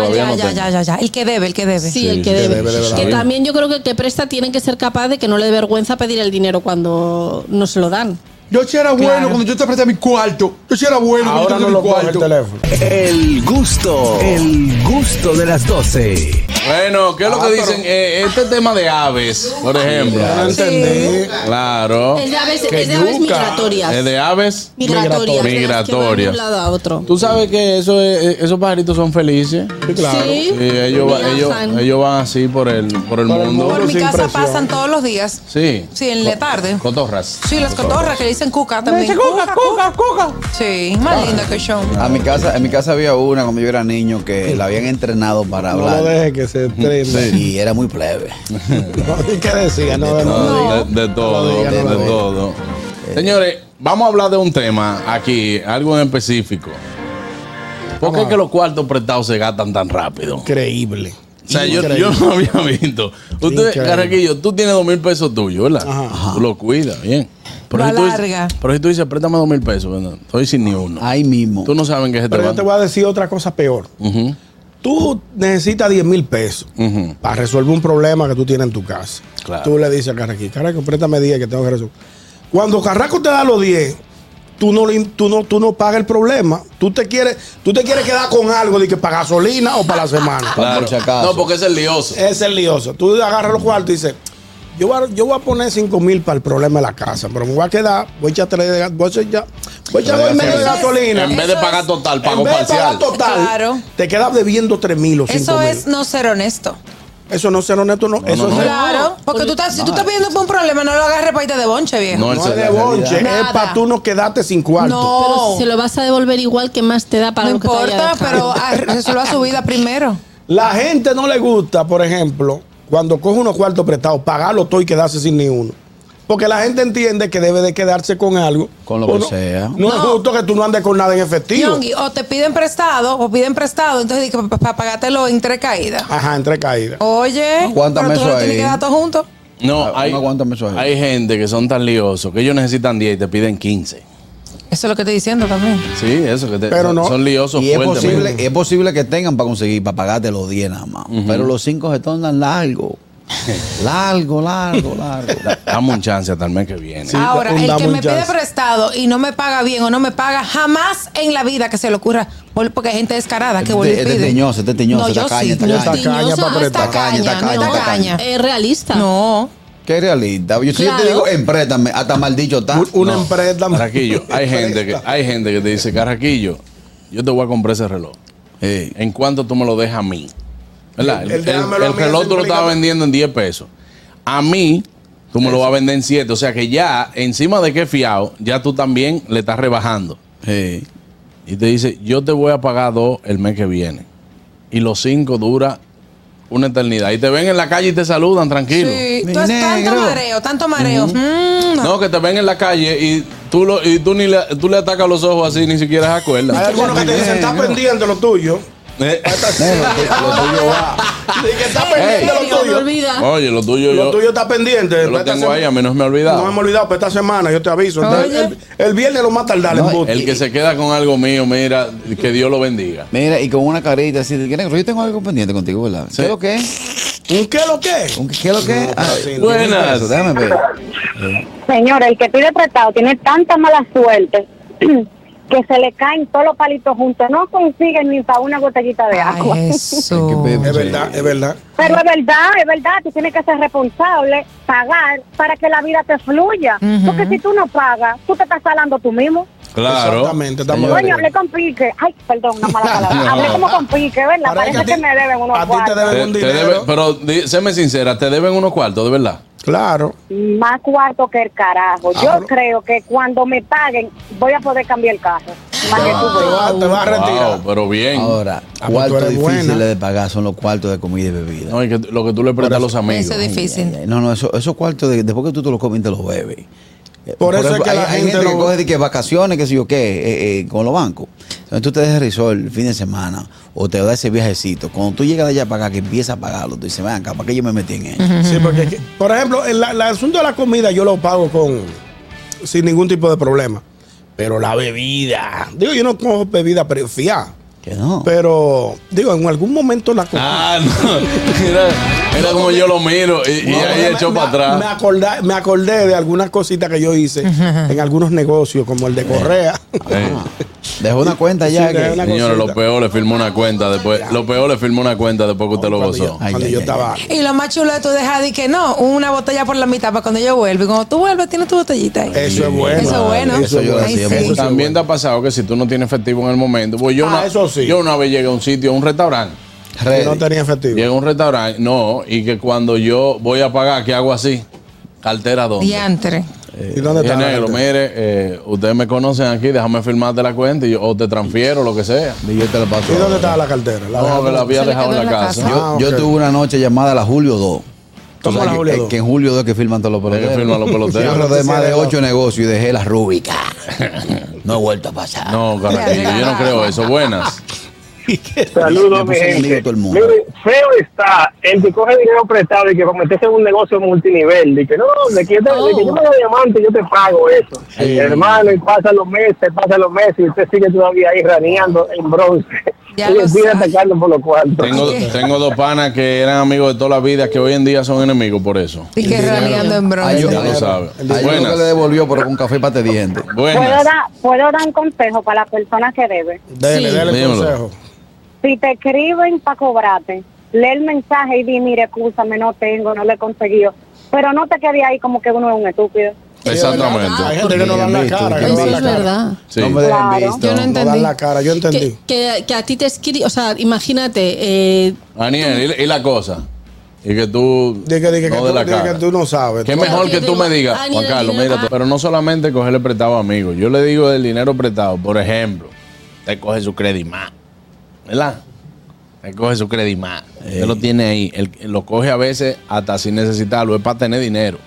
Ah, todavía ya, no ya, tengo. ya, ya, ya. El que debe, el que debe. Sí, Sí, el que el que debe. debe, debe la que vida. también yo creo que el que presta tiene que ser capaz de que no le dé vergüenza pedir el dinero cuando no se lo dan. Yo si era bueno cuando yo te presté mi cuarto. Yo si era bueno Ahora no cuando lo yo coge te el presté mi cuarto. teléfono. El gusto, el gusto de las 12. Bueno, ¿qué es lo que dicen? Eh, este tema de aves, por ejemplo. Ah, Ya lo entendí. Claro. Es de aves, Oh, Que es de aves yuca. migratorias. Es de aves migratorias. de las que van de migratorias. un lado a otro. Tú sabes que eso es- eh, esos pajaritos son felices. Sí, claro. Sí. Sí, ellos, va- ellos, Viajan. ellos van así por el, por el Por mundo. el mundo. Por mi sin casa presión. pasan todos los días. Sí. Sí, en la tarde. Cotorras. Sí, las cotorras que le dicen cuca también. Cuca, cuca, cuca. Sí, más linda que yo. A mi casa, en mi casa había una cuando yo era niño que la habían entrenado para No lo hablar. dejes que se entrene. Y era muy plebe. No, ¿y ¿Qué decía? No, no, No, no. de, de todo, diga, de, no lo diga. Eh. todo. Señores, vamos a hablar de un tema aquí, algo en específico. ¿Por qué es que los cuartos prestados se gastan tan rápido? Increíble. O sea, yo, Increíble. yo no había visto. Usted, Increíble. Carraquillo, tú tienes dos mil pesos tuyos, ¿verdad? Tú lo cuidas, bien. Lo si tú dices- alarga. pero si tú dices, préstame dos mil pesos, ¿verdad? Estoy sin ni uno. Ahí mismo. Tú no sabes en qué se te Ah. Pero va. yo te voy a decir otra cosa peor. Ujú. Tú necesitas 10 mil pesos Ujú. para resolver un problema que tú tienes en tu casa. Claro. Tú le dices a Carraquí, Carraquí, préstame 10 que tengo que resolver. Cuando Carraco te da los 10, tú no, le- tú no, tú no pagas el problema. Tú te quieres, tú te quieres quedar con algo de que para gasolina o para la semana. Por si acaso. No, porque es el lioso. Ese es lioso. Tú agarras los cuartos y dices, yo voy, a, yo voy a poner 5 mil para el problema de la casa, pero me voy a quedar, voy a echar tres de gas- voy a echar ya- voy a echar dos y medio de Eso es- gasolina. en vez de Eso es- pagar total, pago en vez de pagar parcial. total, Claro. te quedas debiendo 3 mil o 5 Eso mil. es no ser honesto. Eso no ser honesto, no. eso no, es Claro. Porque tú estás, si tú estás pidiendo por un problema, no lo agarres para irte de bonche, viejo. No, No el es de celular. bonche, Nada. es para tú no quedarte sin cuarto. No. Pero Oh. si se lo vas a devolver igual, que más te da para No lo que te haya importa, dejado? pero ah, resuelva su vida primero. La gente no le gusta, por ejemplo, cuando coge unos cuartos prestados, pagarlo todo y quedarse sin ni uno. Porque la gente entiende que debe de quedarse con algo. Con lo que O no- sea. No, es justo que tú no andes con nada en efectivo. Yongi, o te piden prestado, o piden prestado, entonces para pagártelo en tres caídas. Ajá, entre caídas. Oye, Aguántame pero tú eso lo tienes ahí. que dar todo junto. No, Ah, hay, no aguanta mucho ahí. hay gente que son tan liosos que ellos necesitan 10 y te piden 15. Eso es lo que estoy diciendo también. Sí, eso que te, Pero no. son liosos Y es fuertemente. posible, es posible que tengan para conseguir, para pagarte los 10 nada más. Pero los 5 se tornan largo. largo, largo, largo. Ah, Dame un chance hasta el mes que viene. Ahora, un el dame que un me pide chance. prestado y no me paga bien o no me paga jamás en la vida que se le ocurra, por- porque hay gente descarada que Este- vuelve y este pide. teñoso, este teñoso, no, esta yo caña, sí. esta No, caña. Esta caña pa' tiñoso, no, esta apretar. caña, Esta caña, no, esta caña. Es realista. No. Qué realista. Yo, si yo Claro. te digo, empréstame, hasta maldito está. Un- Una empresa. Carraquillo, hay gente, que, hay gente que te dice, Carraquillo, yo te voy a comprar ese reloj. Sí. ¿En cuánto tú me lo dejas a mí? ¿Verdad? El, El- el el- déjamelo a el mí, reloj tú eso lo implica- estabas vendiendo en 10 pesos. A mí, tú me lo vas a vender en 7. O sea que ya, encima de que he fiado, ya tú también le estás rebajando. Sí. Y te dice, yo te voy a pagar dos el mes que viene. Y los cinco dura una eternidad. Y te ven en la calle y te saludan, tranquilo. Sí. Mi Tú es tanto negro. mareo, tanto mareo. Mm, No, que te ven en la calle y tú, lo, y tú, ni le, tú le atacas los ojos así, ni siquiera se Hay acuerdas. algunos que te dicen, está pendiente lo tuyo. Eh, pues. Negro, lo tuyo va. Dicen que está Ey. pendiente lo Me tuyo. olvida. Oye, lo tuyo Lo yo, tuyo está pendiente. yo lo Esta tengo sema- ahí, a mí no se me ha olvidado. No me he olvidado para esta semana, yo te aviso. El, Oye. el- el viernes lo más tardar No, en bote. El que se queda con algo mío, mira, que Dios lo bendiga. Mira, y con una carita así, de que, negro, yo tengo algo pendiente contigo, ¿verdad? ¿Qué es lo que es? ¿Un qué lo qué? ¿Un qué- ¿Qué es lo que es? Ah, sí, ¿qué buenas. es eso? Déjame ver. Señora, el que pide prestado tiene tanta mala suerte que se le caen todos los palitos juntos. No consiguen ni para una botellita de agua. Ay, eso. Qué Es verdad, es verdad. Pero es verdad, es verdad, tú tienes que ser responsable, pagar para que la vida te fluya. Porque si tú no pagas, tú te estás salando tú mismo. Claro. Exactamente, estamos de Coño, acuerdo. hablé con pique. Ay, perdón, una mala palabra. No. Hablé como con pique, ¿verdad? Parece Parece, que a que, ti- me deben a unos ti te cuartos. deben- Te- un te dinero. debe- pero di- séme sincera, te deben unos cuartos, de verdad. Claro. Más cuarto que el carajo. Ah, Yo pero- creo que cuando me paguen, voy a poder cambiar el carro. Más que Te tú, va- Ah, te vas a retirar. Wow, pero bien. Ahora, Ah, pues tú cuartos eres buena. difíciles de pagar son los cuartos de comida y bebida. No, y que t- lo que tú le prestas a los amigos. Eso es difícil. Eh, No, no, eso- esos cuartos, de- después que tú te los comes, te los bebes. Eh, Por eso es que hay, la hay gente gente que no- coge de que vacaciones, que sé yo qué, eh, eh, con los bancos. Entonces tú te dejas risor el fin de semana o te das ese viajecito. Cuando tú llegas de allá para acá, que empiezas a pagarlo, tú dices, ven acá, ¿para qué yo me metí en eso? Sí, porque, es que- por ejemplo, el, el asunto de la comida yo lo pago con sin ningún tipo de problema. Pero la bebida, digo, yo no cojo bebida pre- fiá. Que no. Pero, digo, en algún momento la cosa. Ah, no. Era, era como yo lo miro y, y No, ahí me- echó me- para Me atrás. acordé, me acordé de algunas cositas que yo hice en algunos negocios, como el de Correa. Eh, Dejó Ah, una cuenta ya. Sí, que- dejó una Señores, cosita. lo peor le firmó una cuenta después. Lo peor le firmó una cuenta después que usted lo Cuando yo, gozó. Ay, cuando ay, yo ay, estaba. Y lo más chulo es tú dejar de que no, una botella por la mitad para cuando yo vuelva. Y cuando tú vuelves, tienes tu botellita Eh, ahí. Eso es bueno. Eso es bueno. Eso yo lo Ay, hacía sí. mucho. También te ha pasado que si tú no tienes efectivo en el momento, pues yo, Ah, una, eso sí. yo una vez llegué a un sitio, a un restaurante. Yo no Llegué tenía a efectivo. un restaurante, no, y que cuando yo voy a pagar, ¿qué hago así? Cartera dónde? Diantre. ¿Y dónde Dije, está? la negro, gente? mire, eh, ustedes me conocen aquí, déjame firmarte la cuenta y yo- o te transfiero, lo que sea. Y yo te lo paso. ¿Y dónde estaba la cartera? La No, que la había Se le dejado quedó en la casa. casa. Yo- Ah, Yo ok. tuve una noche llamada la Julio 2. ¿Cómo la Julio que, 2? que en Julio 2 que firman todos los Hay que peloteros. firmar los peloteros. Yo de más de Sí, ocho negocios y dejé la rúbica. No he vuelto a pasar. No, carajillo, yo no creo eso. Buenas. Me Saludos, mi puse enemigo de gente. todo el mundo. Miren, feo está el que coge dinero prestado y que para meterse en un negocio multinivel. Dice, no, de que, yo te- de que yo me doy diamante, yo te pago eso. Hermano, y pasan los meses, pasan los meses y usted sigue todavía ahí raneando en bronce. Ya y lo le sigue sabe. atacando por los cuartos. Tengo, tengo dos panas que eran amigos de toda la vida que hoy en día son enemigos por eso. Y que raneando en Ay, bronce. yo, Ya lo sabe. ay, yo creo que le Buenas. devolvió por un café para este diente. ¿Puedo Buenas. dar, ¿Puedo dar un consejo para la persona que debe? Dele, Sí. dele Dímelo. consejo. Si te escriben para cobrarte, lee el mensaje y di, mire, escúchame, no tengo, no lo he conseguido. Pero no te quedes ahí como que uno es un estúpido. Hay Exactamente. gente que no da la Bien visto, cara. que bien no dan Eso la es cara. verdad. Sí. No me dejen Claro. visto. Yo no No entendí. dan la cara, yo entendí. Que, que- que a ti te escribe, o sea, imagínate, eh, Daniel, ¿y, y la cosa? Y que tú. Di que- di que- no que de tú- la di que cara. tú no sabes. Qué Tú- mejor que tú me digas, Ah, ni Juan el Carlos, dinero. mira, tú- pero no solamente cogerle prestado a amigos. Yo le digo del dinero prestado, por ejemplo, te coge su crédito más, ¿verdad? Te coge su crédito más. Usted lo tiene ahí. El- lo coge a veces hasta sin necesitarlo. Es para tener dinero.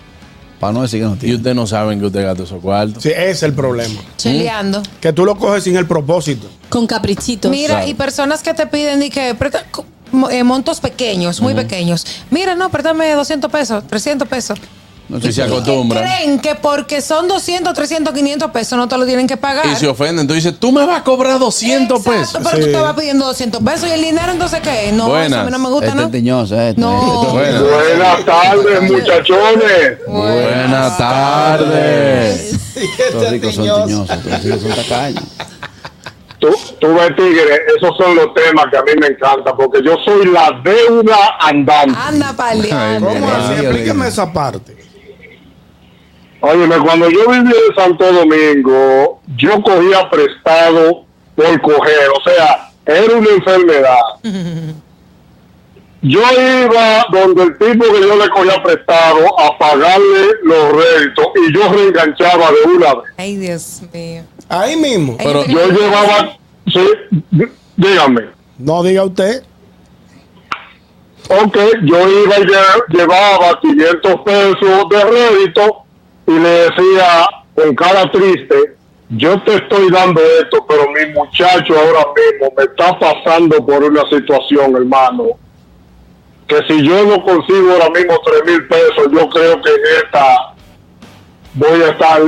Para no decir que no Y tiene. ustedes no saben que usted gastó esos cuartos. Sí, ese es el problema. Cheleando. Mm. Que tú lo coges sin el propósito. con caprichitos. Mira, Claro. y personas que te piden y que presta- co- mo- eh, montos pequeños, muy pequeños. Mira, no, préstame 200 pesos, 300 pesos. No sé si se Este, Y que acostumbran. creen que porque son 200, 300, 500 pesos no te lo tienen que pagar. Y se ofenden. Tú dices, tú me vas a cobrar 200 Exacto, pesos. Pero Sí. tú estabas pidiendo 200 pesos y el dinero entonces qué? No, Buenas. eso a mí no me gusta, Este ¿no? es tiñoso, este. No. Este es- Buenas. Buenas tardes, muchachones. Buenas tardes. Estos ricos son tiñosos. Estos ricos son tacaños. Tú, tú ves, Tigre, esos son los temas que a mí me encantan porque yo soy la deuda andante. Anda, pali. Ay, mi ¿Cómo hermano. así? Dios, Explíqueme Dios. esa parte. Óyeme, cuando yo vivía en Santo Domingo, yo cogía prestado por coger, o sea, era una enfermedad. Yo iba donde el tipo que yo le cogía prestado a pagarle los réditos y yo reenganchaba de una vez. Ay, Dios mío. Ahí mismo. Hay gente Yo que- llevaba, sí, dí- dígame. No diga usted. Ok, yo iba y lle- llevaba 500 pesos de rédito y le decía con cara triste, yo te estoy dando esto, pero mi muchacho ahora mismo me está pasando por una situación, hermano, que si yo no consigo ahora mismo 3 mil pesos, yo creo que en esta voy a estar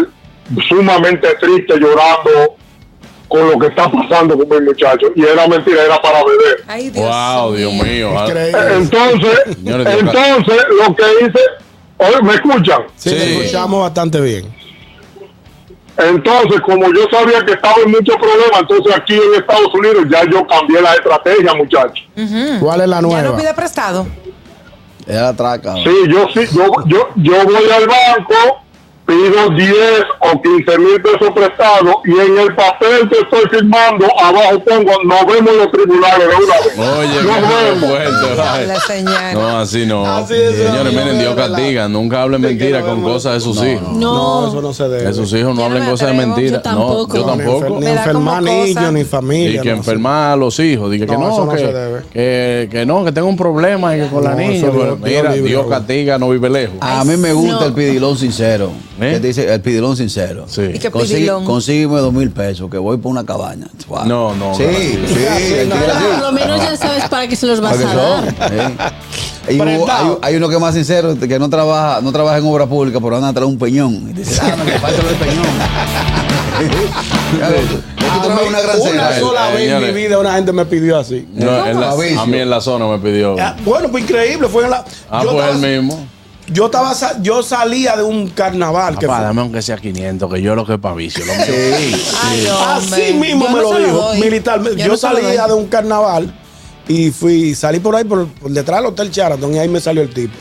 sumamente triste llorando con lo que está pasando con mi muchacho. Y era mentira, era para beber. Ay, Dios Wow, Dios mío. Eh, Increíble. Entonces, Señores, Dios entonces lo que hice, oye, ¿me escuchan? Sí, te Sí. escuchamos bastante bien. Entonces, como yo sabía que estaba en muchos problemas, entonces aquí en Estados Unidos ya yo cambié la estrategia, muchachos. ¿Cuál es la Ya no nueva? pide prestado. Era la traca. Sí, yo sí, yo, yo, yo voy al banco, pido 10 o 15 mil pesos prestados y en el papel que estoy firmando, abajo pongo, nos vemos en los tribunales de una vez. Ah, Oye, nos qué vemos. fuerte. vale. La señal. No, así no. Así es, Señores, no, miren, no, Dios no, no. castiga. Nunca hablen mentiras con cosas de sus hijos. No, no, eso no se Que debe. sus hijos no Yo no hablen me cosas de atrevo. mentiras. Yo No, yo tampoco. Ni enfer- tampoco. Ni Me da como enfermar cosa. niños, ni Y familia. que no sé. enferma a los hijos. Dije que No, no, eso no que, se debe. que, que no, que tengo un problema y que con la No, eso niña. Dios- pero Dios Ah, mira, libre, Dios bro. castiga, no vive lejos. A mí me gusta no. el pidilón sincero. ¿Eh? Que te dice el pidilón sincero. Sí. Y que Consigue- pidilón. Consígueme dos mil pesos que voy por una cabaña. Wow. No, no, Sí, garantía. sí. el tigre así. por lo menos ya sabes para qué se los vas ¿Para a qué dar. son? Sí. Y hubo- Prestado. hay, hay uno que es más sincero, que no trabaja, no trabaja en obra pública, pero anda a traer un peñón. Y dice, ah, no, que falta el peñón. Claro, tú A trabajas mí en una gran una cerveza. sola vez en mi Señores. vida una gente me pidió así. No, en la- Mauricio. a mí en la zona me pidió. Ah, Bueno, pues increíble. Fue en la. Ah, yo, pues estaba, el mismo. yo estaba sa- yo salía de un carnaval. que Papá, fue. dame aunque sea 500, que yo lo que pavicio. Lo mío. Ay, hombre. Así mismo Yo me no lo se dijo, doy. militar. Yo, no se lo salía doy. de un carnaval y fui, salí por ahí por, por detrás del Hotel Sheraton y ahí me salió el tipo.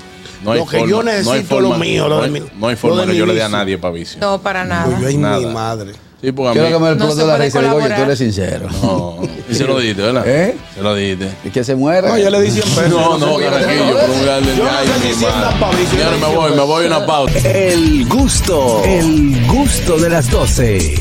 No hay lo que forma, yo no hay necesito es forma- lo mío, lo no de hay, mi- no hay lo forma de que mi yo le dé a vicio. nadie pavicio. No, para nada. Pues yo ahí Nada. mi madre. Sí, porque a mí. Quiero que me No explotó se la puede risa. Le digo, oye, tú colaborar. eres sincero. No. Y se lo dijiste, ¿verdad? ¿Eh? Se lo dijiste. Y que se muera. No, yo le di 100 pesos. No, no, sé, carajillo, por un galde. Yo no Ay, sé mi si sientan madre. pavicio, yo Señores, le me di voy, me voy a una pausa. El gusto, el gusto de las 12.